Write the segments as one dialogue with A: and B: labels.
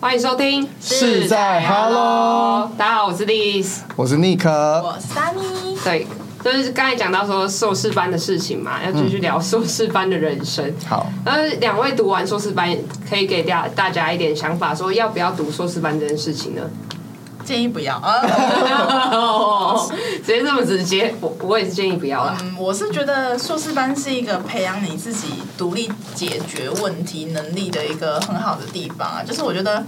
A: 欢迎收听，
B: 是在 Hello，
A: 大家好，我是 Liz。
B: 我是尼克，
C: 我是 Sunny，
A: 对，就是刚才讲到说硕士班的事情
B: 嗯
A: 嘛，要继续聊硕士班的人生。
B: 好，
A: 呃，两位读完硕士班，可以给大大家一点想法，说要不要读硕士班这件事情 呢？
C: 建议不要啊。
A: 直接这么直接，我我也是建议不要啦。
C: 嗯， 我是觉得硕士班是一个培养你自己独立解决问题能力的一个很好的地方啊。就是我觉得，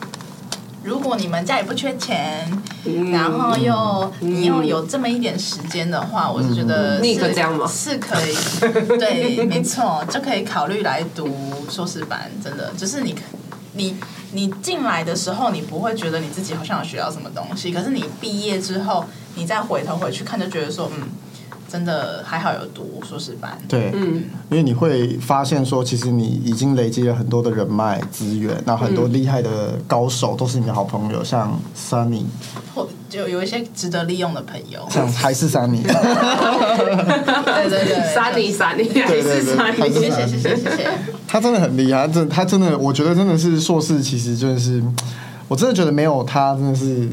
C: 如果你们家里不缺钱，
A: 嗯
B: 嗯
C: 然后又你又有这么一点时间的
B: 嗯
C: 话，我是觉得
A: 你
C: 是
A: 可这样吗
C: 是可 以，对，没错，就可以考虑来读硕士班。真的，就是你你你进来的时候，你不会觉得你自己好像有学到什么东西，可是你毕业之后，你再回头回去看，就觉得说，嗯，真的还好有读硕士班。
B: 对，因为你会发现说，其实你已经累积了很多的人脉资源，那很多厉害的高手都是你的好朋友，像 Sunny，
C: 或就有一些值得利用的朋 友。
B: 像还是 Sunny，
C: 对 对对，
A: 三尼三尼还
B: 对对
A: 是
B: 对
A: 三
B: 还是
C: 谢
A: 尼？
C: 谢谢谢 谢谢。
B: 他真的很厉害，他真他真的，我觉得真的是硕士，其实真的是，我真的觉得没有他真的是，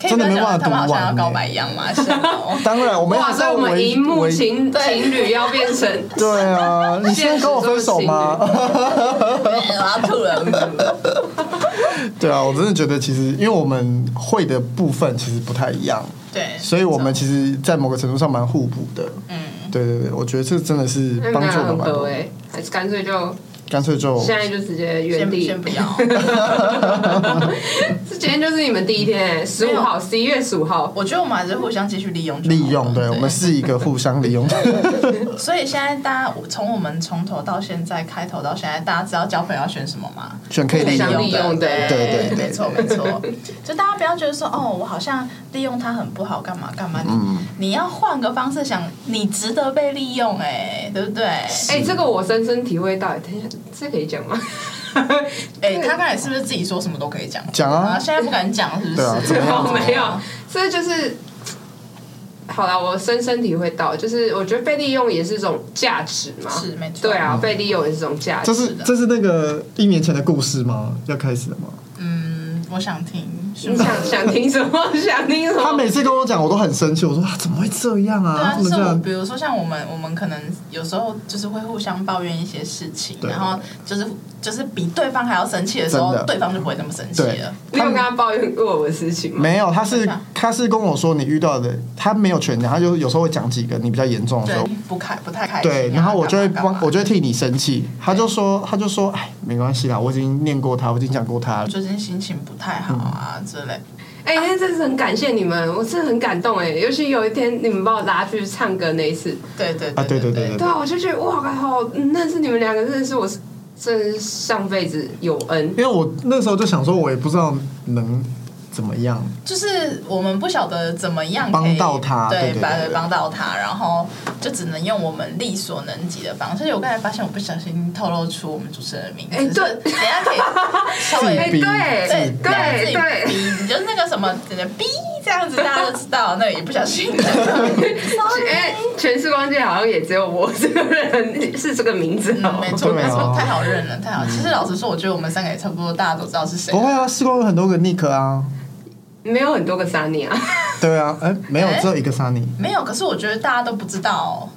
C: 可以不
B: 真的
C: 要
B: 没办法
C: 讲他们好
B: 读完
C: 像要告
B: 欸
C: 白一样吗？是哦。
B: 当然我们
A: 哇，
B: 要
A: 所以我们
B: 微
A: 荧幕
B: 微
A: 情
C: 对
A: 情侣要变成
B: 对啊，你现在跟我分手吗？
C: 我要吐了。嗯
B: 对啊，我真的觉得其实，因为我们会的部分其实不太一样，
C: 对，
B: 所以我们其实，在某个程度上蛮互补的。
C: 嗯，
B: 对对对，我觉得这真的是
A: 那
B: 帮助
A: 那
B: 我们蛮
A: 各
B: 多。哦
A: 位，欸还是干脆就
B: 干脆就
A: 现在就直接原
C: 先
A: 地
C: 先不 要。
A: 这今天就是你们第一天，十五号，十一月十五号。
C: 我觉得我们还是互相继续利用就好了，
B: 利用，对我们是一个互相利用 的。
C: 所以现在大家从我们从头到现在开头到现在，大家知道交朋友要选什么吗？
B: 选可以利
A: 互相利
B: 用
A: 用
B: 的，
A: 的
C: 对
B: 对对对
C: 没错 没错。就大家不要觉得说哦，我好像利用他很不好，干嘛干嘛。
B: 嗯，
C: 你要换个方式想，你值得被利用，哎，对不对？
A: 哎、这个我深深体会到，等一下，这可以讲吗？
C: 哎，他刚才是不是自己说什么都可以讲？
B: 讲啊
C: 现在不敢讲，是不
B: 对啊怎
C: 是
B: 么？样
A: 哦， 没有，这就是好了，我深深体会到，就是我觉得被利用也是一种价值嘛。
C: 是没错。
A: 对啊，被利用也是一种价值
B: 这。是这是那个一年前的故事吗？要开始了吗？
C: 嗯，我想听。是
A: 你
C: 吗
A: 想想听什么？想听什么？
B: 他每次跟我讲，我都很生气，我说啊，怎么会这样
C: 对
B: 啊？
C: 啊，
B: 怎么
C: 就是
B: 这
C: 我，
B: 样？
C: 比如说像我们，我们可能有时候就是会互相抱怨一些事情，
B: 对
C: 然后就是就是比对方还要生气的时候
B: 真，的
C: 对方就不会那么生气
B: 对
C: 了。，
A: 你有跟他抱怨过我的事情吗？
B: 没有，他
C: 真
B: 是
C: 的啊
B: 他是跟我说你遇到的，他没有全讲，他就有时候会讲几个你比较严重的时
C: 对
B: 候，，
C: 不开不太开心啊。
B: 对，然后我就会
C: 干嘛
B: 帮，
C: 干嘛
B: 我就会替你生气。他就说，他就说，哎，没关系啦，我已经念过他，我已经讲过他了。
C: 最近心情不太好
B: 嗯
C: 啊之类。
A: 哎、那真是很感谢你们，我真的很感动哎、尤其有一天你们把我拉去唱歌那一次，
C: 对对
B: 啊对对
C: 对
B: 对
A: 对啊，我就觉得哇靠，嗯认识你们两个真的是我是真的是上辈子有恩
B: 因。为我那时候就想说，我也不知道能怎么样，
C: 就是我们不晓得怎么样可
B: 帮
C: 以
B: 到他对
C: 对，
B: 对
C: 把
B: 对对
C: 帮到他，然后就只能用我们力所能及的方式。所以我刚才发现我不小心透露出我们主持人的名字，
A: 哎对
C: 所以等一 下可以稍微
B: 自
A: 哎、
B: 闭
A: 对
B: 自
C: 对
A: 对
C: 自己逼
A: 对，，
C: 你就是那个什么，直接逼这样子，大家都知道，那一不小 心。
A: 哎、全世光界好像也只有我这个人是这个名字哦、
C: 嗯，没错，
B: 对
C: 没
B: 啊
C: 错，太好认了，太好。其实老实说，我觉得我们三个也差不多，大家都知道是谁
B: 不。会啊，试光有很多个 Nick 啊，
A: 没有很多个 Sunny 啊，
B: 对啊，哎，没有，
C: 哎
B: 只有一个 Sunny，
C: 没有，可是我觉得大家都不知道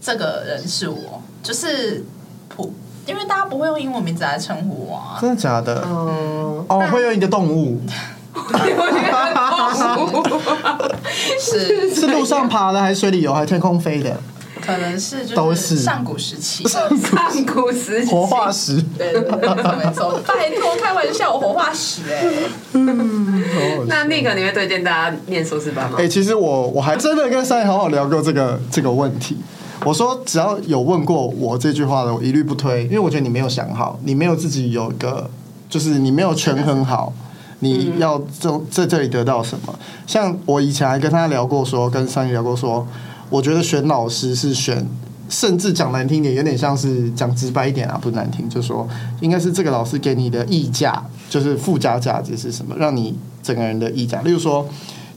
C: 这个人是我，就是普，因为大家不会用英文名字来称呼我啊。
B: 真的假的？
A: 哦、
B: 哦，会用一个动 物，
A: 我觉得很痛苦
C: 是，
B: 是路上爬的，还是水里游，还是天空飞的？
C: 可能是就
B: 都是
C: 上古时期。
A: 上古时期
B: 活化石，
C: 对对对，没错 没错。拜托，开玩笑，我活化石哎、
B: 啊
A: 那那个你会推荐大家念硕士班吗？
B: 哎、其实我我还真的跟三爷好好聊过这个这个问题。我说只要有问过我这句话的，我一律不推，因为我觉得你没有想好，你没有自己有一个，就是你没有权衡好，你要这在这里得到什么。像我以前还跟他聊过说跟三爷聊过说，我觉得选老师是选。甚至讲难听点，有点像是讲直白一点啊，不难听，就说应该是这个老师啊给你的溢价，就是附加价值是什么，让你整个人的溢价。例如说，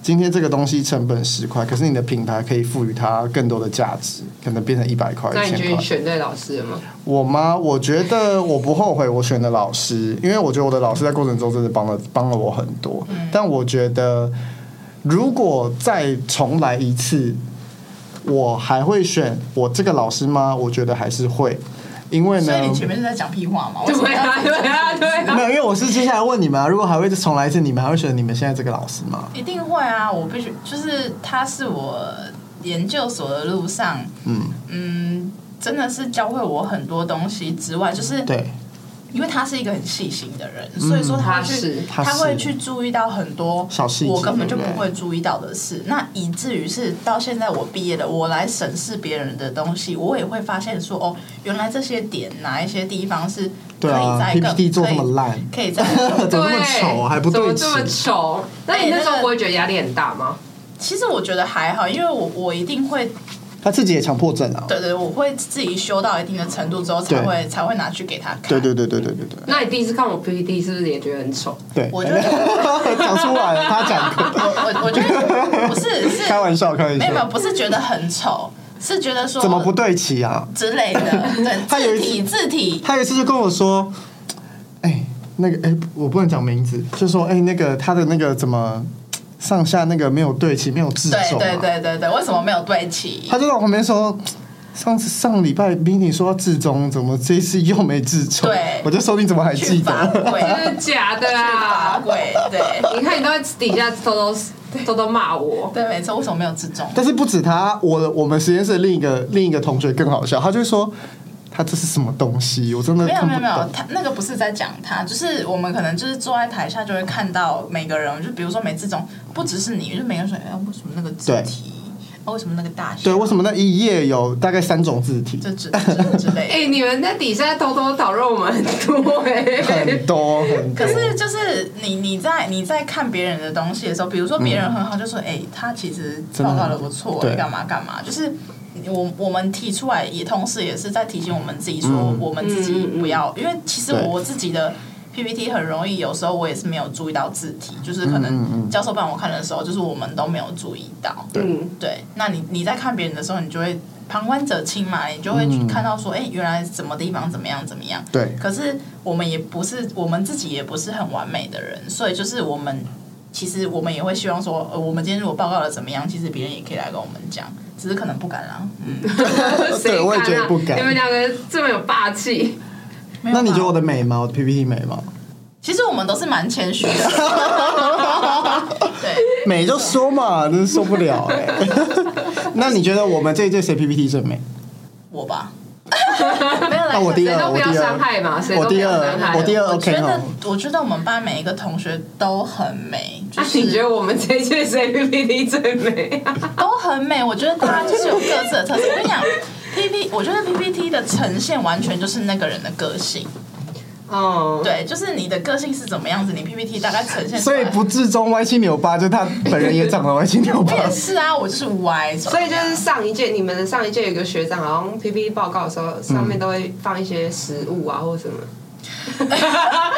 B: 今天这个东西成本十块，可是你的品牌可以赋予它更多的价值，可能变成一百块、
A: 那你
B: 一千
A: 觉得
B: 块
A: 你。选对老师了吗？
B: 我吗？我觉得我不后悔我选的老师，因为我觉得我的老师在过程中真的帮了帮了我很多。
C: 嗯
B: 但我觉得如果再重来一次，我还会选我这个老师吗？我觉得还是会，因为呢
C: 所以，你前面是在讲屁话嘛？为什么
A: 对
C: 要
A: 啊，对啊，对
B: 没有，
A: 啊。
B: 因为我是接下来问你们、啊，如果还会再重来一次，你们还会选你们现在这个老师吗？
C: 一定会啊！我必须就是他是我研究所的路上，
B: 嗯，
C: 嗯，真的是教会我很多东西之外，就是
B: 对，嗯
C: 因为他是一个很细心的人，所以说他
A: 他
C: 会去
A: 是
B: 他是
C: 会去注意到很多
B: 小细节
C: 我根本就
B: 对不
C: 不
B: 对
C: 会注意到的事，那以至于是到现在我毕业了，我来审视别人的东西，我也会发现说哦，原来这些点哪一些地方是可
B: 对
C: 以
B: 啊
C: 在
B: ，PPT 做这么烂，
C: 可以在
B: 怎么那么丑啊还不
A: 怎么
B: 对
A: 这么
B: 齐？
A: 丑？那你那时候不会觉得压力很大吗？
C: 其实我觉得还好，因为我我一定会
B: 他自己也强迫症啊。
C: 对对，我会自己修到一定的程度之后，才
B: 对
C: 会才会拿去给他看。
B: 对对对对对对对
A: 那你第一次看我 PPT 是不是也觉得很 丑？
B: 对，
C: 我觉得
B: 讲出来了，他讲过，
C: 我我我觉得不是是
B: 开玩笑，开玩
C: 没有没有，
B: 笑，
C: 不是觉得很丑，是觉得说
B: 怎么不对齐啊？
C: 之 类的。对，
B: 他有
C: 字
B: 一
C: 体字体，
B: 他有一次就跟我说，哎、那个哎、我不能讲名字，就说哎、那个他的那个怎么上下那个没有对齐，没有制
C: 对
B: 肘、啊，
C: 对对对对，为什么没有对齐？
B: 他就在我旁边说。上次上礼拜明你说要至中，怎么这次又没至中？
C: 对
B: 我就说你怎么还
C: 去
B: 记
C: 罚
B: 得？
C: 跪，
A: 真的假的
C: 去罚
A: 啊？
C: 跪，对
A: 你看你都在底下偷偷偷偷骂我，
C: 对，没错，为什么没有之中？
B: 但是不止他，我的我们实验室的另一个另一个同学更好笑，他就说他这是什么东西，我真的
C: 没有
B: 看
C: 没有
B: 不
C: 没有
B: 懂，。
C: 他那个不是在讲他，就是我们可能就是坐在台下就会看到每个人，就比如说每字中，不只是你，就每个人说，哎，为什么那个字
B: 对
C: 体？啊为什么那个大小？
B: 对，为什么那一页有大概三种字体？
C: 这之之之类的
A: 哎、。你们在底下偷偷讨论我们很多哎、
B: 很多很多。
C: 可是就是你你在你在看别人的东西的时候，比如说别人很好，就说哎、诶他其实
B: 嗯真的很
C: 报告的不错，
B: 对
C: 干嘛干嘛，就是。我我们提出来，也同时也是在提醒我们自己，说
B: 嗯
C: 我们自己不要，因为其实
B: 对
C: 我自己的 PPT 很容易，有时候我也是没有注意到字体，就是可
B: 嗯嗯
C: 能
B: 嗯
C: 教授帮我看的时候，就是我们都没有注意到。
A: 嗯，
C: 对，那你你在看别人的时候，你就会旁观者清嘛，你就会去
B: 嗯
C: 看到说，哎、原来什么地方怎么样怎么样。
B: 对
C: 可是我们也不是，我们自己也不是很完美的人，所以就是我们其实我们也会希望说，呃，我们今天如果报告了怎么样，其实别人也可以来跟我们讲，只是可能不敢啦。嗯，
A: 谁
B: 我也觉
A: 敢
B: 得
A: 啊？
B: 不敢
A: 你们两个这么有霸气，
C: 没有
B: 那你觉得我
C: 吧
B: 的美吗？我的 PPT 美吗？
C: 其实我们都是蛮谦虚的，对，
B: 美就说嘛，真是受不了 哎、那你觉得我们这一届谁 PPT 最美？
C: 我吧，没有啦
B: 那我第
A: 谁
B: 二，
A: 都
B: 我
A: 不要
B: 第
A: 伤
B: 二，
A: 害嘛，谁
B: 我
A: 都不
B: 第
A: 要伤害啊
B: 二，
A: 嘛。
B: 我第二
C: 我觉
B: OK
C: 得
B: 哈。，
C: 我觉得我们班每一个同学都很美，就
A: 那
C: 是
A: 你觉得我们这一届谁 PPT 最美、 啊？
C: 都很美，我觉得大家就是有各自的特色。我跟你讲，P P，我觉得 P P T 的呈现完全就是那个人的个性，
A: 哦，
C: 对，就是你的个性是怎么样子，你 P P T 大概呈现出
B: 所
C: 来。
B: 以不至中歪七扭八，就他本人也长得歪七扭八
C: 我。也是啊，我就是歪，
A: 所以就是上一届你们的上一届有个学长，好像 PPT 报告的时候上
B: 嗯
A: 面都会放一些食物啊或什 么。 啊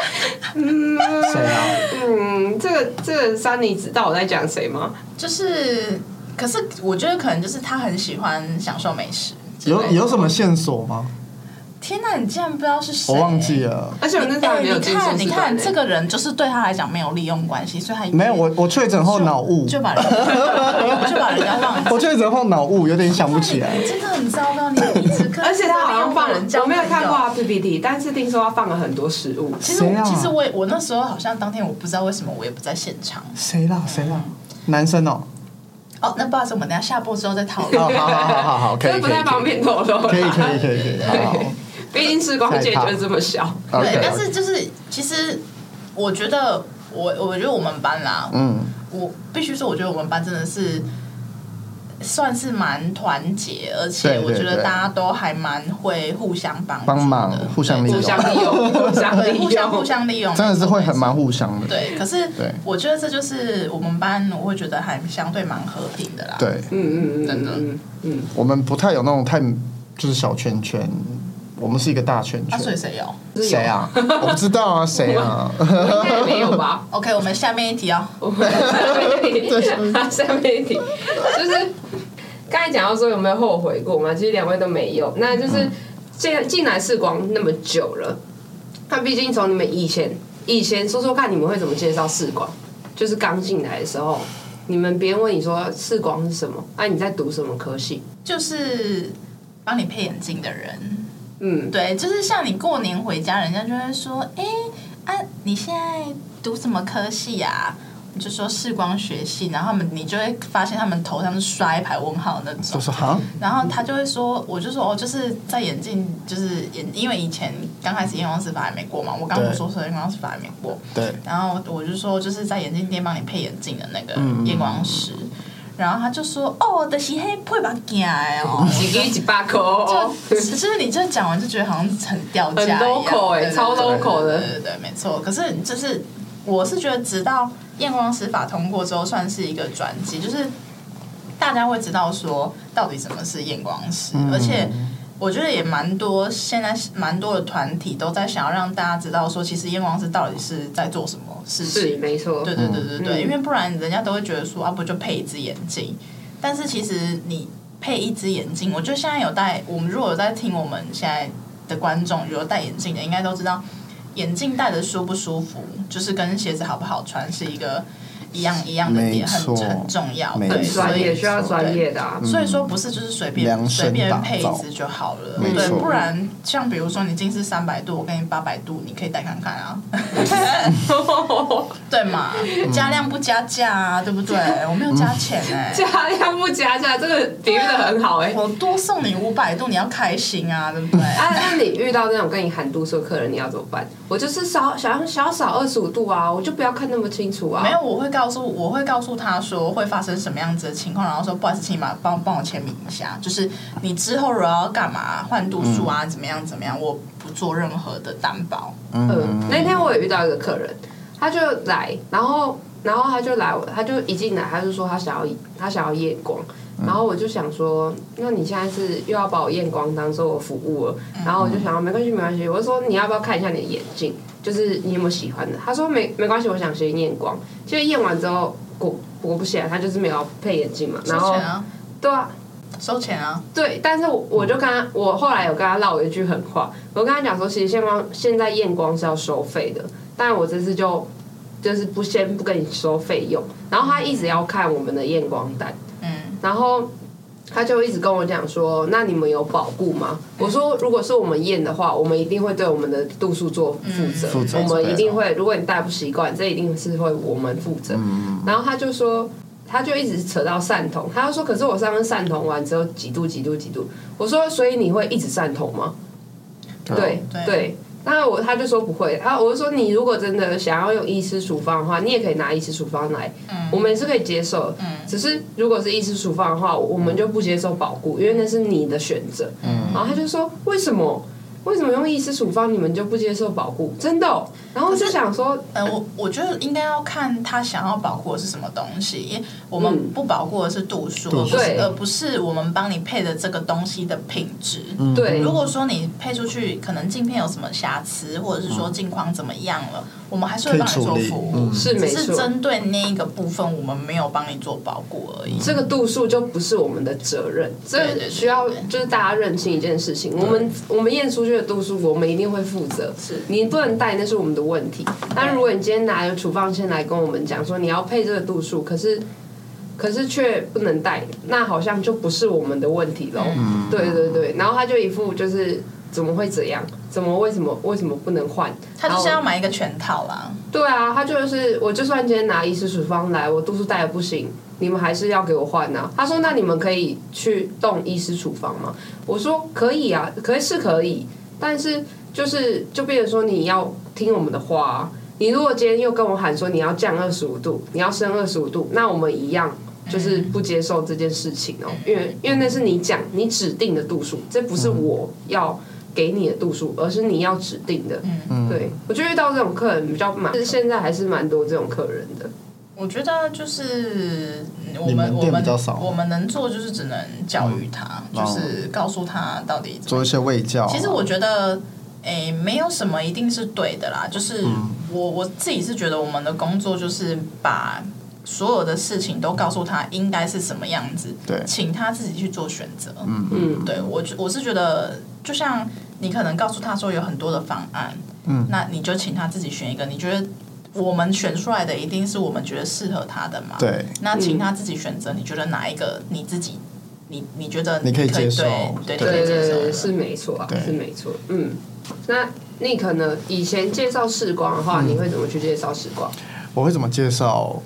B: 谁啊？
A: 嗯，这个这个珊妮知道我在讲谁吗？
C: 就是，可是我觉得可能就是他很喜欢享受美食。
B: 有有什么线索吗？
C: 天哪，你竟然不知道是谁？
B: 我忘记。了。
A: 而且我那时候还没有
C: 你
A: 进硕士
C: 看，
A: 班、
C: 你看，这个人就是对他来讲没有利用关系，所以他
B: 没有，我我确诊后脑雾，
C: 就 把人就把人家忘记。
B: 我确诊后脑雾有点想不起来
C: 你。真的很糟糕，你你只 跟
A: 而且他好像放
C: 人家
A: 了，我没有看过啊他 PPT，但是听说他放了很多食物。
C: 其实我、
B: 谁啊
C: 其实我也我那时候好像当天我不知道为什么我也不在现场。
B: 谁啦？谁啦？男生哦。
C: 哦，那不好意思，我们等一下下播之后再讨
B: 哦，好
C: 论。
B: 好好 好好，可
A: 这
B: 以
A: 不
B: 可以
A: 太方便透露啦
B: 可以可以可以可以，好好。
A: 毕竟时光界就是这么小。
C: 对
B: OK，，
C: 但是就是其实我觉得我我觉得我们班啦，
B: 嗯，
C: 我必须说，我觉得我们班真的是算是蛮团结，而且
B: 对对
C: 我觉得
B: 对
C: 大家都还蛮会互相帮助
B: 帮忙
C: 的
B: 互相
C: 对
B: 利
A: 互
B: 用
A: 相利 用，互相利
C: 对
A: 用，
C: 互相互相利用，
B: 真的是会很
C: 没错
B: 蛮互相的。
C: 对，可是
B: 对
C: 我觉得这就是我们班，我会觉得还相对蛮和平的啦。，
B: 对，
A: 嗯嗯嗯，
C: 真的
A: 嗯嗯，
B: 我们不太有那种太就是小圈圈，我们是一个大圈
C: 啊，所以
B: 圈。
C: 谁
A: 是
C: 有
A: 有
B: 谁？啊？我不知道啊，谁 啊？
A: 应该没有吧？
C: ？OK，我们下面一题哦。
A: 我 们下面一题，下面一题就是刚才讲到说有没有后悔过嘛？其实两位都没有，那
C: 嗯
A: 就是进进来世光那么久了，那毕竟从你们以前以前说说看，你们会怎么介绍世光？就是刚进来的时候，你们别人问你说世光是什么，啊，你在读什么科系？
C: 就是帮你配眼镜的人，
A: 嗯，
C: 对，就是像你过年回家，人家就会说，哎、啊，你现在读什么科系呀、啊？你就说视光学系，然后他们你就会发现他们头上是刷一排问号的那
B: 我
C: 种，
B: 说哈，
C: 然后他就会说，我就说哦，就是在眼镜，就是眼，因为以前刚开始验光师法还没过嘛，我刚不
B: 对
C: 说说验光师法还没过，
B: 对，
C: 然后我就说就是在眼镜店帮你配眼镜的那个
B: 嗯嗯
C: 验光师，然后他就说哦，的是黑配把镜的哦，
A: 几个几把口哦，
C: 就就是你这讲完就觉得好像很掉价一
A: 很
C: 样
A: local 哎、
C: 对对对
A: 超
C: 对
A: local
C: 对
A: 的。
C: 对对，没错。可是就是我是觉得，直到验光师法通过之后，算是一个转机，就是大家会知道说到底什么是验光师，
B: 嗯
C: 而且。我觉得也蛮多，现在蛮多的团体都在想要让大家知道说，其实验光师到底是在做什么事情。
A: 是没错，
C: 对对对对对，
A: 嗯
C: 因为不然人家都会觉得说啊，不就配一只眼镜？但是其实你配一只眼镜，我觉得现在有戴，我们如果有在听我们现在的观众，有戴眼镜的，应该都知道，眼镜戴的舒不舒服，就是跟鞋子好不好穿是一个一样一样的
B: 没
C: 点，很
B: 错
C: 很重要。
B: 没
C: 对，
B: 错嗯
C: 所
A: 专
C: 以
A: 业需要专业的啊。
C: 所以说不是就是随便
B: 量身
C: 随便
B: 打
C: 配一
B: 造
C: 只就好了，
B: 没
C: 对，
B: 错
C: 不然像比如说你近视三百度，我给你八百度，你可以戴看看啊， 对嘛，加量不加价啊，对不对？我没有加钱 哎、
A: 加量不加价，这个比喻的很好哎、欸。
C: 我多送你五百度，你要开心啊，对不对？
A: 啊，那你遇到那种跟你喊度数的客人，你要怎么办？我就是少想要小少二十五度啊，我就不要看那么清楚啊。
C: 没有，我会告诉我会告诉他说会发生什么样子的情况，然后说不好意思，请你帮帮帮我签名一下，就是你之后如果要干嘛换度数啊，怎么样怎么样，我不做任何的担保。
A: 嗯，
B: 嗯，
A: 那天我也遇到一个客人，他就来，然后然后他就来我，他就一进来，他就说他想要他想要验光，然后我就想说，那你现在是又要把我验光当做我服务了，
C: 嗯
A: 然后我就想说没关系没关系，我就说你要不要看一下你的眼镜，就是你有没有喜欢的？他说没没关系，我想先验光，结果验完之后果果不其然，他就是没有配眼镜嘛，然
C: 收
A: 后
C: 钱啊，
A: 对啊，
C: 收钱啊，
A: 对，但是我我就跟他，我后来有跟他唠了一句狠话，我跟他讲说，其实现光现在验光是要收费的，但我这次就就是不先不跟你收费用，然后他一直要看我们的验光单，
C: 嗯，
A: 然后他就一直跟我讲说，那你们有保固吗？我说，如果是我们验的话，我们一定会对我们的度数做负责，
B: 嗯负责
A: 我们一定
B: 对
A: 会，如果你戴不习惯，这一定是会我们负责。
B: 嗯
A: 然后他就说。他就一直扯到散瞳，他就说：“可是我上次散瞳完之后几度几度几度。”我说：“所以你会一直散瞳吗？”
B: 啊
A: 对
C: 对
A: 对，那我他就说不会，他我就说你如果真的想要用医师处方的话，你也可以拿医师处方来，
C: 嗯
A: 我们也是可以接受的。只是如果是医师处方的话，我们就不接受保固，因为那是你的选择。
C: 嗯
A: 然后他就说为什么？为什么用医师处方你们就不接受保护？真的哦、然后我就想说，
C: 呃，我我觉得应该要看他想要保护的是什么东西，因为我
A: 嗯
C: 们不保护的是度数，
B: 度
C: 而
B: 数
C: 不是
A: 对
C: 而不是我们帮你配的这个东西的品质。
B: 嗯
A: 对
C: 呃如果说你配出去可能镜片有什么瑕疵，或者是说镜框怎么样了，我们还是会帮你
B: 嗯
C: 做
B: 可以处理
C: 服务
B: 嗯，
A: 是没
C: 只是
A: 错，
C: 针对那一个部分，我们没有帮你做保护而
B: 嗯
C: 已。
A: 这个度数就不是我们的责任，
C: 对对
A: 这
C: 对
A: 需要
C: 对对
A: 就是大家认清一件事情，我们我们验出去的度数，我们一定会负责。
C: 是
A: 你不能带，那是我们的问题。但如果你今天拿着处方签来跟我们讲说你要配这个度数，可是可是却不能带，那好像就不是我们的问题喽。
C: 嗯
A: 对对对，然后他就一副就是怎么会这样？怎么为什么为什么不能换？
C: 他就是
A: 然后
C: 要买一个全套啦，
A: 对啊，他就是我就算今天拿医师处方来，我度数带的不行，你们还是要给我换啊。他说那你们可以去动医师处方吗？我说可以啊，可以是可以，但是就是就变成说你要听我们的话、啊。你如果今天又跟我喊说你要降二十五度，你要升二十五度，那我们一样就是不接受这件事情哦、因为因为那是你讲你指定的度数，这不是我要给你的度数，而是你要指
B: 嗯
A: 定的。对，我就遇到这种客人比较蛮，就是现在还是蛮多这种客人的。
C: 我觉得就是嗯我
B: 你
C: 们
B: 们
C: 我
B: 店
C: 们
B: 比较少
C: 我们能做就是只能教育他，
B: 嗯
C: 就是告诉他到底怎么
B: 做一些卫教啊。
C: 其实我觉得，诶、没有什么一定是对的啦。就是
B: 嗯
C: 我我自己是觉得，我们的工作就是把所有的事情都告诉他应该是什么样子，
B: 对
C: 请他自己去做选择。
B: 嗯
A: 嗯，
C: 对我觉我是觉得，就像你可能告诉他说有很多的方案，嗯，那你就请他自己选一个，你觉得。我们选出来的一定是我们觉得适合他的嘛？
B: 对。
C: 那请他自己选择，你觉得哪一个你自己，你你觉得
B: 你可以接受对
C: 对你可
A: 对
C: 以接
A: 对
C: 受
A: 对，
C: 的
A: 是没错啊
B: 对，
A: 是没错。嗯，那你可能以前介绍视光的
B: 嗯
A: 话，你会怎么去介绍视光？
B: 我会怎么介绍？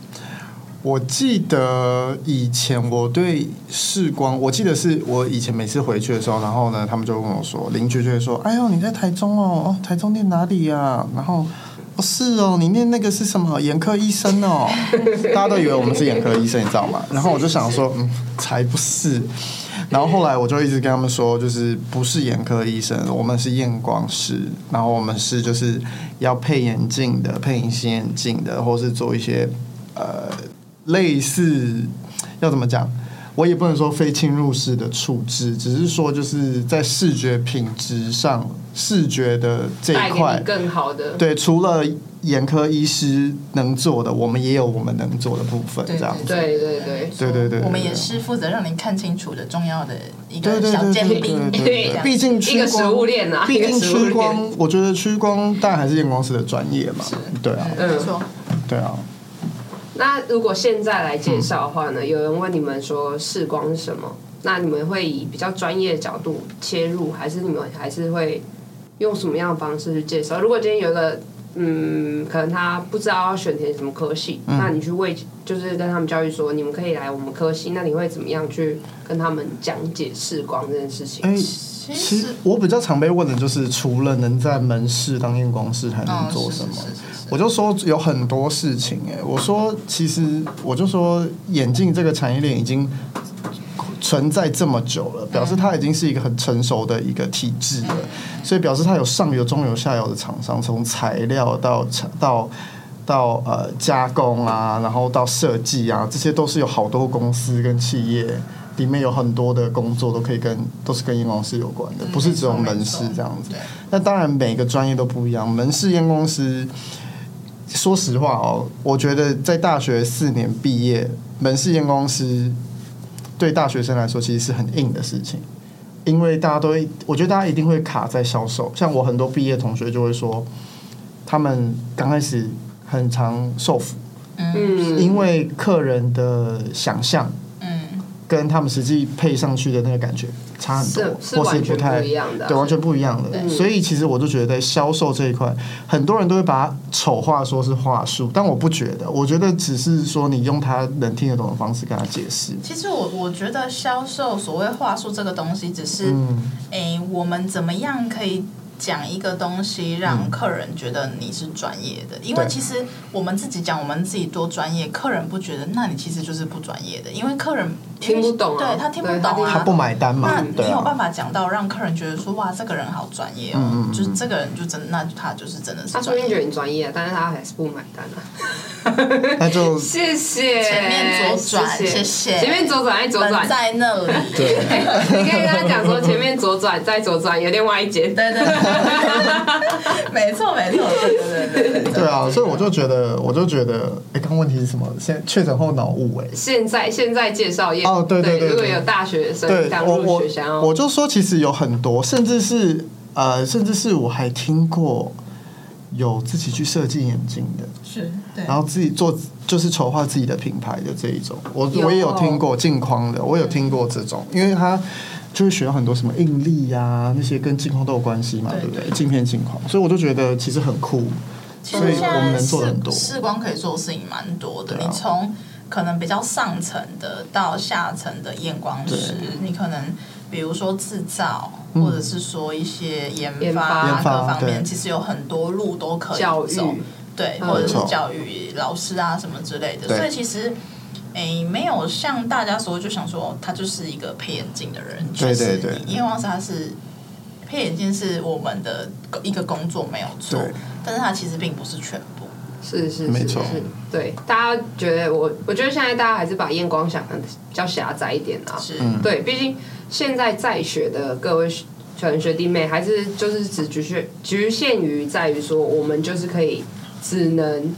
B: 我记得以前我对视光，我记得是我以前每次回去的时候，然后呢，他们就跟我说，邻居就会说：“哎呦，你在台中哦，哦，台中念哪里呀、然后。哦，是哦，你念那个是什么眼科医 生哦？大家都以为我们是眼科医生，你知道吗？然后我就想说，嗯，才不是。然后后来我就一直跟他们说，就是不是眼科医生，我们是验光师，然后我们是就是要配眼镜的，配隐形眼镜的，或是做一些呃类似要怎么讲？我也不能说非侵入式的处置，只是说就是在视觉品质上，视觉的这
A: 带
B: 一
A: 给
B: 块
A: 你更好的，
B: 对，除了眼科医师能做的，我们也有我们能做的部分，
C: 对
B: 这样子。
A: 对对对，
B: 对对对对
C: 我们也是负责让你看清楚的重要的一
B: 对
C: 个
B: 对
C: 小
B: 对
C: 尖
B: 对
C: 兵
B: 对，对
C: 这
B: 对，
C: 样
B: 毕竟
A: 一个
B: 屈光
A: 食物链啊
B: 毕
A: 一
B: 竟
A: 个食物
B: 屈
A: 链
B: 光，我觉得屈光但还是验光师的专业嘛。对啊，
C: 嗯没错，
B: 对啊，
A: 那如果现在来介绍的话呢，有人问你们说视光是什么，那你们会以比较专业的角度切入，还是你们还是会用什么样的方式去介绍？如果今天有一个嗯，可能他不知道要选填什么科系，
B: 嗯
A: 那你去为就是跟他们教育说，你们可以来我们科系，那你会怎么样去跟他们讲解视光这件事情？
B: 哎，
C: 其
B: 其实我比较常被问的就是，除了能在门市当验光师，还
A: 哦
B: 能
C: 嗯，
B: 做
C: 是
B: 什么？
C: 是是是
B: 我就说有很多事情哎、我说其实我就说眼镜这个产业链已经存在这么久了，表示它已经是一个很成熟的一个体制了，所以表示它有上游、中游、下游的厂商，从材料到产到。到呃加工啊，然后到设计啊，这些都是有好多公司跟企业里面有很多的工作都可以跟都是跟验光师有关的，不是只有门市这样子。
C: 对
B: 那当然每个专业都不一样，门市验光师，说实话哦，我觉得在大学四年毕业，门市验光师对大学生来说其实是很硬的事情，因为大家都会，我觉得大家一定会卡在销售，像我很多毕业同学就会说，他们刚开始很常受苦，
A: 嗯，
B: 因为客人的想象
C: 嗯，
B: 跟他们实际配上去的那个感觉差很多，
A: 是是
B: 或是
A: 完
B: 不
A: 全
B: 太
A: 不一样的啊
B: 对，完全不一样的。所以其实我就觉得在销售这一块，很多人都会把它丑化说是话术，但我不觉得，我觉得只是说你用他能听得懂的方式跟他解释。
C: 其实我我觉得销售所谓话术这个东西，只是
B: 嗯，
C: 诶，我们怎么样可以讲一个东西，让客人觉得你是专业的？因为
B: 对
C: 其实我们自己讲我们自己多专业，客人不觉得，那你其实就是不专业的，因为客人
A: 听不懂啊
C: 对他听不
A: 对他
C: 懂
A: 听
C: 啊，
B: 他不买单嘛
C: 那，
B: 对
C: 你有
B: 啊，
C: 办法讲到让客人觉得说哇，这个人好专业哦，
B: 嗯嗯嗯
C: 就是这个人就真，那他就是真的是
A: 他说
C: 专
A: 不定觉
C: 业。
A: 得你专业，但是他还是不买单啊。
B: 那就
A: 谢谢，
C: 前面左转
A: 谢
C: 谢谢
A: 前面左转，再左转
C: 门，在那里，对
A: 你可以跟他讲说前面左转，再左转，有另外一间。
C: 对对对， 没错没错，对对对对对
B: 对啊，所以我就觉得，我就觉得，哎，刚问题是什么？现在确诊后脑雾，哎，
A: 现在现在介绍业
B: 哦对对对
A: 如果
B: 对
A: 有大学生
B: 对
A: 刚
B: 我
A: 入
B: 我
A: 学想要，
B: 我就说，其实有很多，甚至是呃，甚至是我还听过有自己去设计眼镜的，
C: 是，对
B: 然后自己做就是筹划自己的品牌的这一种，我
A: 有
B: 我也
C: 哦
B: 有听过镜框的，我有听过这种，因为他就会学到很多什么应力呀、那些跟镜框都有关系嘛，
C: 对
B: 对不对？镜片镜框，所以我就觉得其实很酷，
C: 其
B: 所
C: 实
B: 以
C: 现
B: 我们
C: 在
B: 能做的很多
C: 视光可以做的事情蛮多的，
B: 对啊
C: 你从可能比较上层的到下层的验光师，你可能比如说制造。或者是说一些研
A: 研发
C: 发
B: 嗯研发
C: 各方
B: 对
C: 面，其实有很多路都可以
A: 教
C: 走
A: 育，
C: 对，
A: 嗯
C: 或者
B: 没
C: 是
B: 错
C: 教育老师啊什么之类的。
B: 对
C: 所以其实，诶、没有像大家说就想说哦他就是一个配眼镜的人，
B: 对
C: 确实
B: 对对
C: 你验光师他是配眼镜是我们的一个工作没有错
B: 对，
C: 但是它其实并不是全部。
A: 是是
B: 没
A: 是
B: 错
A: 是，对，大家觉得我，我觉得现在大家还是把验光想的比较狭窄一点啊。
C: 是，
B: 嗯
A: 对，毕竟现在在学的各位学可能学弟妹，还是就是只局限局限于在于说，我们就是可以只能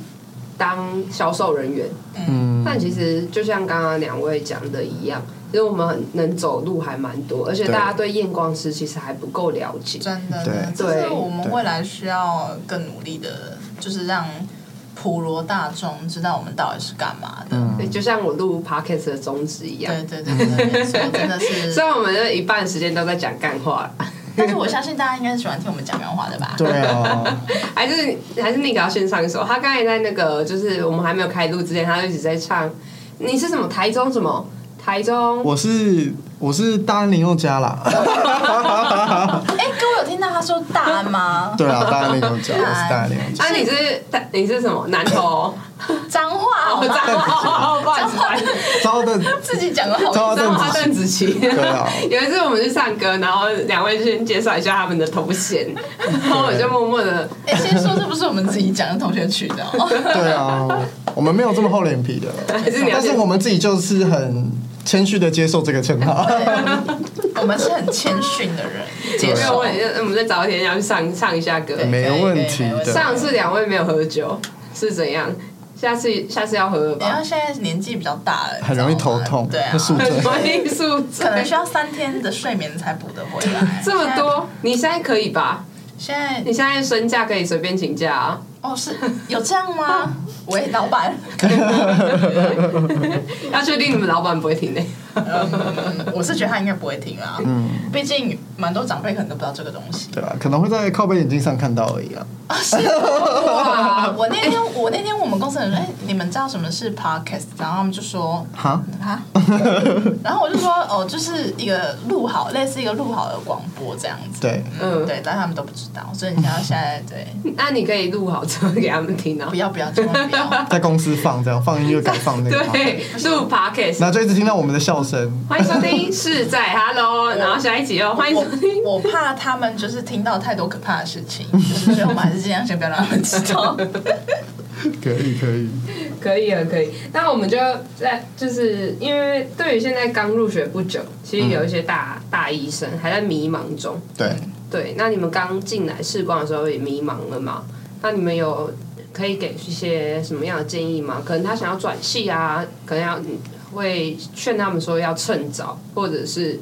A: 当销售人员。嗯，但其实就像刚刚两位讲的一样，其实我们能走路还蛮多，而且
B: 对
A: 大家对验光师其实还不够了解。
C: 真的，
B: 对
C: 这是
A: 对
C: 我们
B: 对
C: 未来需要更努力的，就是让普罗大众知道我们到底是干嘛的。
B: 嗯
A: 对就像我录 podcast 的宗旨一样，
C: 对对对对，没错，真 的
A: 虽
C: 是。
A: 然我们这一半时间都在讲干话，
C: 但是我相信大家应该是喜欢听我们讲干话的吧？
B: 对啊，
A: 还是还是那个要先上一首。他刚才在那个就是我们还没有开录之前，他就一直在唱你是什么台中什么台中，
B: 我是我是大安林宥嘉啦，
C: 哎，各位有听到他说大安 吗？
B: 对啊，大安林宥嘉，我是大安林宥 嘉
A: 啊，你是台你是什么南投？
C: 脏话好
A: 哦，
C: 吗？
A: 彰化，不好意思，不好意思
B: 招的，
C: 自己讲的好
B: 糟
A: 彰化邓紫棋。
B: 对啊，
A: 有一次我们去唱歌，然后两位就先介绍一下他们的头衔， 然后我就默默的，
C: 哎、先说这不是我们自己讲的同学取的、 哦，
B: 对啊，我们没有这么厚脸皮的，
A: 还是你要
B: 但是
A: 先
B: 我们自己就是很谦虚的接受这个称号。
C: 我们是很谦逊的人，接
A: 没有
C: 受。
A: 问题，我们再找一天要去上上一下歌。
C: 对
B: 没问题
C: 可以可以没问题
B: 的
A: 上次两位没有喝酒是怎样？下次下次要喝了
C: 然
A: 吧
C: 后？现在年纪比较大了，
B: 很容易头痛
C: 你知道吗对啊
B: 会， 宿
A: 很多因素
C: 可能
A: 在
C: 需要三天的睡眠才补得回 来。
A: 这么多，你现在可以吧？
C: 现在，现
A: 你
C: 在
A: 现在身价可以随便请假啊？
C: 哦是有这样吗？ 喂，老板，
A: 要确定你们老板不会停的。
C: 嗯，我是觉得他应该不会听啦，嗯，毕竟蛮多长辈可能都不知道这个东西。
B: 对啊，可能会在靠背眼镜上看到而已啊。
A: 哇，
C: 我那天，我那天我们公司的人，哎、你们知道什么是 podcast？然后他们就说
B: 哈，
C: 啊， 然后我就说哦，就是一个录好，类似一个录好的广播这样子。
B: 对，
A: 嗯
C: 对，但他们都不知道，所以你要现在 对，
A: 那你可以录好之后给他们听啊
C: 不。要不要，千万不要。
B: 在公司放这样放音乐，敢放那个吗，
A: 对，录 podcast，
B: 然后就一直听到我们的笑声。
A: 欢迎收听是在 Hello，然后下一集哦，欢迎收听。
C: 我我怕他们就是听到太多可怕的事情，就是所以我们还是尽量先不要让他们知道。
B: 可以可以，
A: 可以啊，可以。那我们就在就是因为对于现在刚入学不久，其实有一些大、大医生还在迷茫中。
B: 对，
A: 对，那你们刚进来试光的时候也迷茫了嘛？那你们有可以给一些什么样的建议吗？可能他想要转系啊，可能要会劝他们说要趁早，或者是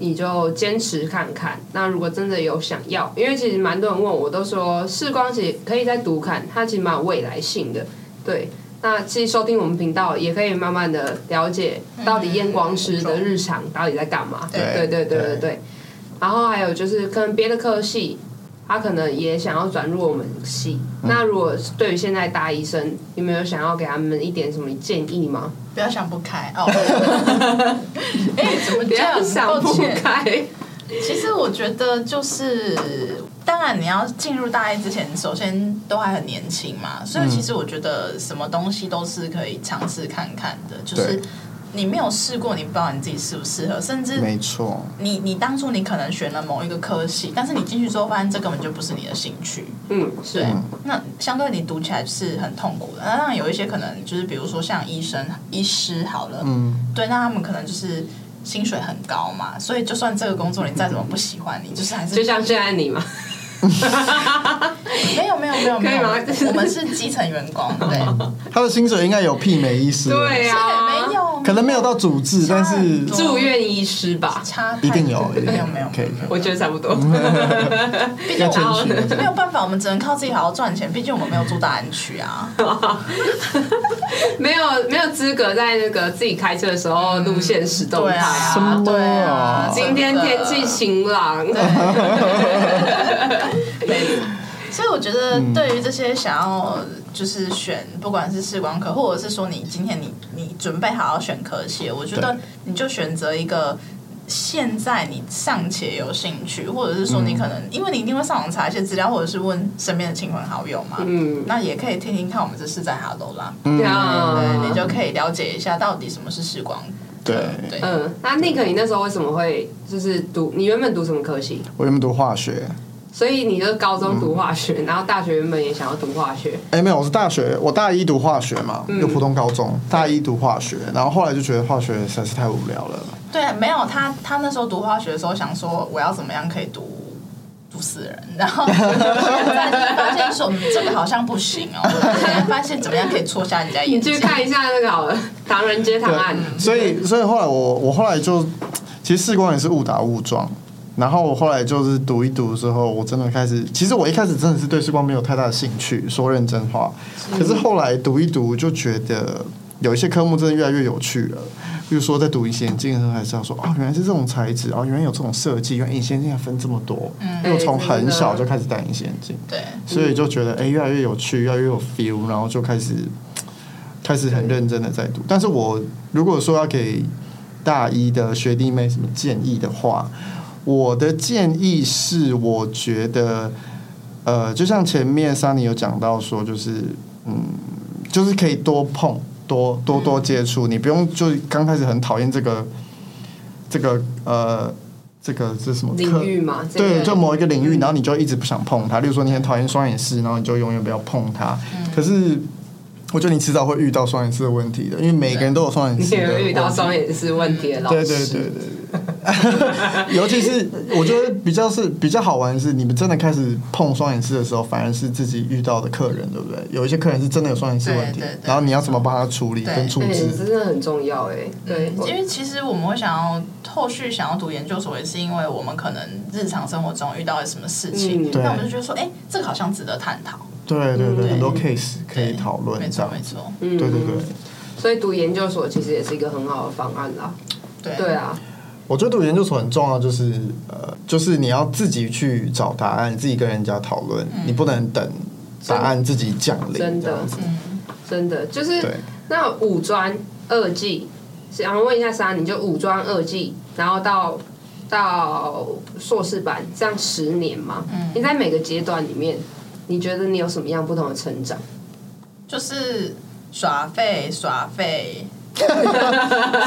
A: 你就坚持看看。那如果真的有想要，因为其实蛮多人问我，都说视光其实可以再读看，它其实蛮有未来性的。对，那其实收听我们频道也可以慢慢的了解到底验光师的日常到底在干嘛。对
B: 对
A: 对对对
B: 对
A: 对。然后还有就是可能别的科系。他可能也想要转入我们系，
C: 嗯
A: 那如果对于现在大医生，你们有想要给他们一点什么建议吗？
C: 不要想不开哦。 哎、怎么
A: 不
C: 这样
A: 要？想
C: 抱
A: 不
C: 歉
A: 开。
C: 其实我觉得就是，当然你要进入大一之前，首先都还很年轻嘛，所以其实我觉得什么东西都是可以尝试看看的，就是
B: 嗯对。
C: 你没有试过，你不知道你自己适不适合，甚至
B: 没错，
C: 你你当初你可能选了某一个科系，但是你进去之后发现这根本就不是你的兴趣，
A: 嗯，是
C: 对，那相对你读起来是很痛苦的。那当然有一些可能就是，比如说像医生、医师好了，
B: 嗯，
C: 对，那他们可能就是薪水很高嘛，所以就算这个工作你再怎么不喜欢，你就是还是
A: 就像现在你嘛，
C: 没有没有没有
A: 可
C: 没
A: 以
C: 有
A: 吗，
C: 我们是基层员工，对，
B: 他的薪水应该有媲美医师，
A: 对，啊，
C: 对，没有，
B: 可能没有到主治，但是
C: 差
A: 住院医师吧，
C: 差太多，
B: 一定有，
C: 没有没有，
B: 可以，可
A: 我觉得差不 多。
C: 毕竟
B: 要
C: 我
B: 谦
A: 然后
B: 虚
A: 呢
B: 一
C: 没
B: 点。
C: 有办法，我们只能靠自己好好赚钱，毕竟我们没有住大安区啊，
A: 没有没有资格在那个自己开车的时候录现实动
C: 对
A: 态
C: 啊，
A: 啊。
C: 对啊，
B: 什么
A: 今天天气晴朗，
C: 所以我觉得，对于这些想要就是选，不管是视光科，或者是说你今天你你准备好要选科系，我觉得
B: 对
C: 你就选择一个现在你尚且有兴趣，或者是说你可能、因为你一定会上网查一些资料，或者是问身边的亲朋好友嘛，
A: 嗯
C: 那也可以听听看我们这是在哈喽啦，
B: 嗯
C: 对，
A: 啊
C: 你就可以了解一下到底什么是视光。
B: 对，
C: 对，
A: 嗯，那 Nick，你那时候为什么会就是读？你原本读什么科系？
B: 我原本读化学，
A: 所以你就是高中读化学，然后大学原本也想要读化学，
B: 哎、没有，我是大学，我大一读化学嘛，
C: 嗯
B: 就普通高中，大一读化学，然后后来就觉得化学实在是太无聊了。
C: 对，没有他，他那时候读化学的时候想说，我要怎么样可以读读死人，然后 但是发现说、嗯、这个好像不行哦，然后发现怎么样可以戳瞎人家眼
A: 你去
C: 睛。
A: 看一下那个好 了，《唐人街探案》
B: 对， 所以所以后来我我后来就，其实士官也是误打误撞。然后我后来就是读一读之后，我真的开始，其实我一开始真的是对士官没有太大的兴趣，说认真话。可是后来读一读，就觉得有一些科目真的越来越有趣了。比如说在读隐形眼镜的时候，还知道说哦，原来是这种材质，哦，原来有这种设计，原来隐形眼镜还分这么多。嗯，因为我从很小就开始戴隐形眼镜。
C: 对，
B: 所以就觉得哎、诶越来越有趣，越来越有 feel，然后就开始开始很认真的在读。但是我如果说要给大一的学弟妹什么建议的话，我的建议是，我觉得呃，就像前面 Sunny 有讲到说，就是嗯，就是可以多碰，多多多接触，你不用就刚开始很讨厌这个这个呃。这个是什么课
A: 领域嘛，这
B: 对，
A: 个嗯
B: 就某一个领域，然后你就一直不想碰它。例如说，你很讨厌双眼视，然后你就永远不要碰它。
A: 嗯
B: 可是，我觉得你迟早会遇到双眼视的问题的，因为每个人都有双眼
A: 你
B: 视
A: 有
B: 的
A: 没有遇到
B: 问题
A: 双眼视问题的老
B: 对
A: 师，哎
B: 对对对对， 尤其是我觉得比较是比较好玩的是，你们真的开始碰双眼视的时候，反而是自己遇到的客人，对不对？有一些客人是真的有双眼视问题
C: 对对，对
B: 然后你要怎么帮他处理
C: 对
B: 跟处
A: 哎
B: 置？
A: 真的很重要哎、对，我
C: 嗯因为其实我们会想要后续想要读研究所，也是因为我们可能日常生活中遇到了什么事情
A: 嗯，
B: 对
C: 那我们就觉得说，哎、这个好像值得探讨。
B: 对对对，
A: 嗯
B: 很多 case 可以
C: 对
B: 讨论
C: 没
B: 这
C: 错
B: 样
C: 没
B: 子。
C: 错，
A: 嗯
B: 对对对，
A: 所以读研究所其实也是一个很好的方案啦。
C: 对
A: 对啊，
B: 我觉得读研究所很重要，就是呃，就是你要自己去找答案，自己跟人家讨论，你不能等答案自己降临
A: 嗯真的嗯
B: 这样子。
A: 真的就是
B: 对，
A: 那五专二技，想问一下莎，你就五专二技，然后到到硕士班，这样十年嘛？
C: 嗯
A: 你在每个阶段里面，你觉得你有什么样不同的成长？
C: 就是耍废耍 废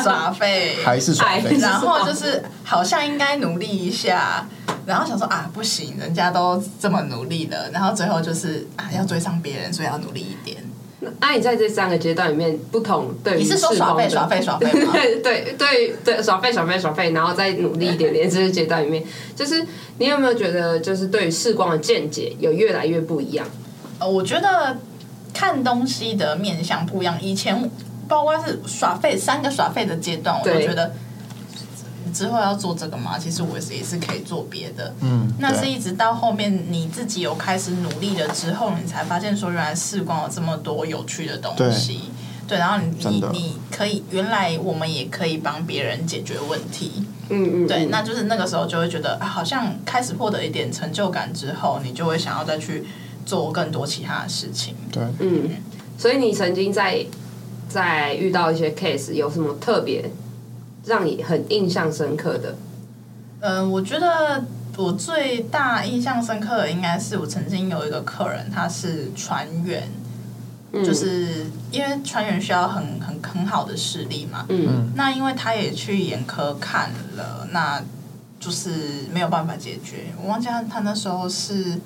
C: 耍废，
B: 还是爽
A: 哎
B: 飞。
C: 然后就是好像应该努力一下，然后想说啊不行，人家都这么努力了，然后最后就是啊要追上别人，所以要努力一点。
A: 那、啊、你在这三个阶段里面，不同对于
C: 你是说
A: 世
C: 耍
A: 风
C: 废
A: 的
C: 耍废耍废吗？
A: 对对对对，耍废耍废耍废，然后再努力一点 点，这个阶段里面，就是你有没有觉得，就是对于视光的见解有越来越不一样？
C: 呃，我觉得看东西的面向不一样，以前包括是耍废三个耍废的阶段，我都
A: 对
C: 觉得之后要做这个嘛，其实我是也是可以做别的。
B: 嗯，
C: 那
B: 对
C: 是一直到后面你自己有开始努力了之后，你才发现说，原来视光有这么多有趣的东西。对，然后你
B: 真
C: 你
B: 的
C: 你可以，原来我们也可以帮别人解决问题。
A: 嗯嗯，
C: 对，
A: 嗯
C: 那就是那个时候就会觉得，啊，好像开始获得一点成就感之后，你就会想要再去做更多其他的事情。
B: 对。
A: 嗯，所以你曾经在在遇到一些 case 有什么特别让你很印象深刻的？
C: 嗯，我觉得我最大印象深刻的应该是我曾经有一个客人，他是船员，
A: 嗯
C: 就是因为船员需要很很很好的视力嘛。
A: 嗯
C: 那因为他也去眼科看了，那就是没有办法解决。我忘记他他那时候是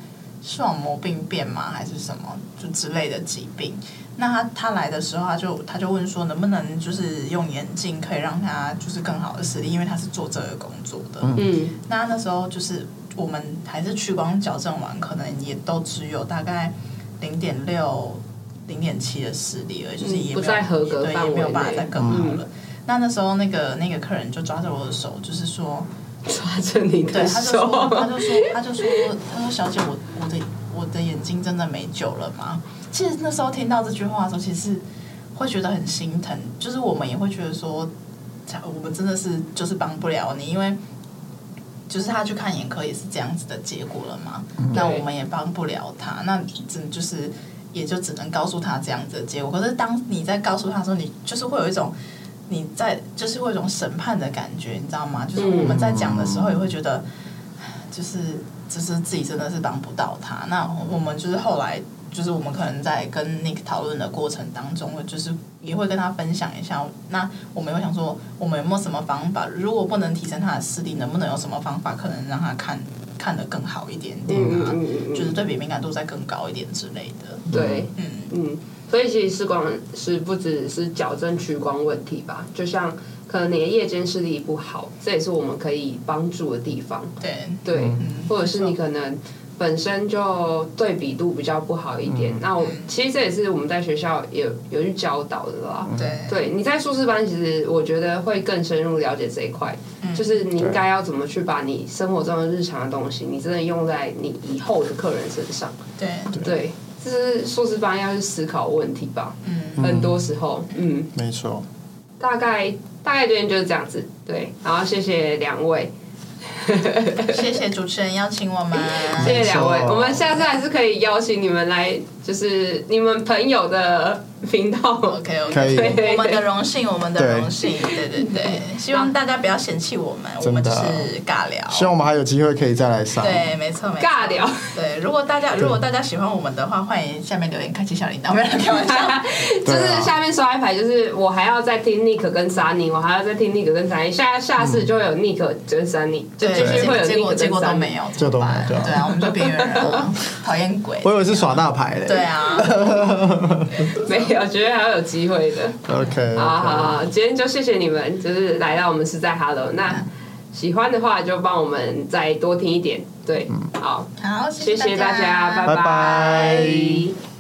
C: 视网膜病变吗，还是什么就之类的疾病。那他他来的时候，他就他就问说，能不能就是用眼镜可以让他就是更好的视力，因为他是做这个工作的。
A: 嗯
C: 那那时候就是我们还是屈光矫正完，可能也都只有大概零点六、零点七的视力而已，就是也
A: 嗯不
C: 没有
A: 在合格
C: 对，
A: 范围
C: 也没有办法
A: 内
C: 再更好了。那那时候那个那个客人就抓着我的手，就是说，
A: 抓着你
C: 对，
A: 的
C: 他就说，
A: 手，
C: 他就说，他就说，他说小姐，我我的我的眼睛真的没救了吗？其实那时候听到这句话的时候，其实会觉得很心疼，就是我们也会觉得说，我们真的是就是帮不了你，因为就是他去看眼科也是这样子的结果了嘛，那我们也帮不了他，那只就是也就只能告诉他这样子的结果。可是当你在告诉他的时候，你就是会有一种你在就是会有一种审判的感觉，你知道吗？就是我们在讲的时候也会觉得，就是就是自己真的是帮不到他。那我们就是后来。就是我们可能在跟 Nick 讨论的过程当中，我就是也会跟他分享一下。那我们有想说，我们有没有什么方法？如果不能提升他的视力，能不能有什么方法可能让他看看得更好一点点
A: 嗯
C: 啊，
A: 嗯嗯
C: 就是对比敏感度再更高一点之类的。
A: 对，嗯，所以其实视光是不只是矫正屈光问题吧，就像可能你的夜间视力不好，这也是我们可以帮助的地方。
C: 对，嗯
A: 对，或者是
C: 没错
A: 你可能本身就对比度比较不好一
C: 嗯
A: 点。那我其实这也是我们在学校有有去教导的啦。
C: 对
A: 对，你在硕士班，其实我觉得会更深入了解这一块，就是你应该要怎么去把你生活中的日常的东西，你真的用在你以后的客人身上。
C: 对，
A: 对，这是硕士班要去思考的问题吧。
C: 嗯
A: 很多时候，嗯，
B: 没错，
A: 大概大概这边就是这样子。对，然后谢谢两位。
C: 谢谢主持人邀请我们，
A: 谢谢两位
B: 没，错
A: 我们下次还是可以邀请你们来，就是你们朋友的频 道。
C: OK
B: 可
C: OK，
B: 以
A: 对
C: 我们的荣幸，我们的荣幸，对对对，希望大家不要嫌弃我们，我们
B: 真
C: 只
B: 的啊
C: 是尬聊。
B: 希望我们还有机会可以再来上。
C: 对，没错，没错
A: 尬聊。
C: 对，如果大家如果大家喜欢我们的话，欢迎下面留言，开启小铃铛，没有开玩
B: 啊
A: 就
C: 笑。
A: 是下面刷一排，就是我还要再听 Nick 跟 Sunny，我还要再听 Nick 跟 Sunny，下下次就会有 Nick 跟 Sunny，就
C: 嗯对
A: 继续会有
C: 结果
A: Nick
C: 结
A: 跟
C: 果都
A: Sunny
C: 没。有，
B: 这都
C: 怎么办
B: 对啊
C: 对啊，我们就边缘人了，讨厌鬼。
B: 我以为是耍大牌嘞。
C: 对啊，
A: 没有，觉得还有机会的。
B: OK，
A: 好好好，今天就谢谢你们，就是来到我们是在 Hello。那
C: 嗯
A: 喜欢的话就帮我们再多听一点，对，好，
C: 好，
A: 谢谢大家，
B: 嗯
A: 拜
B: 拜拜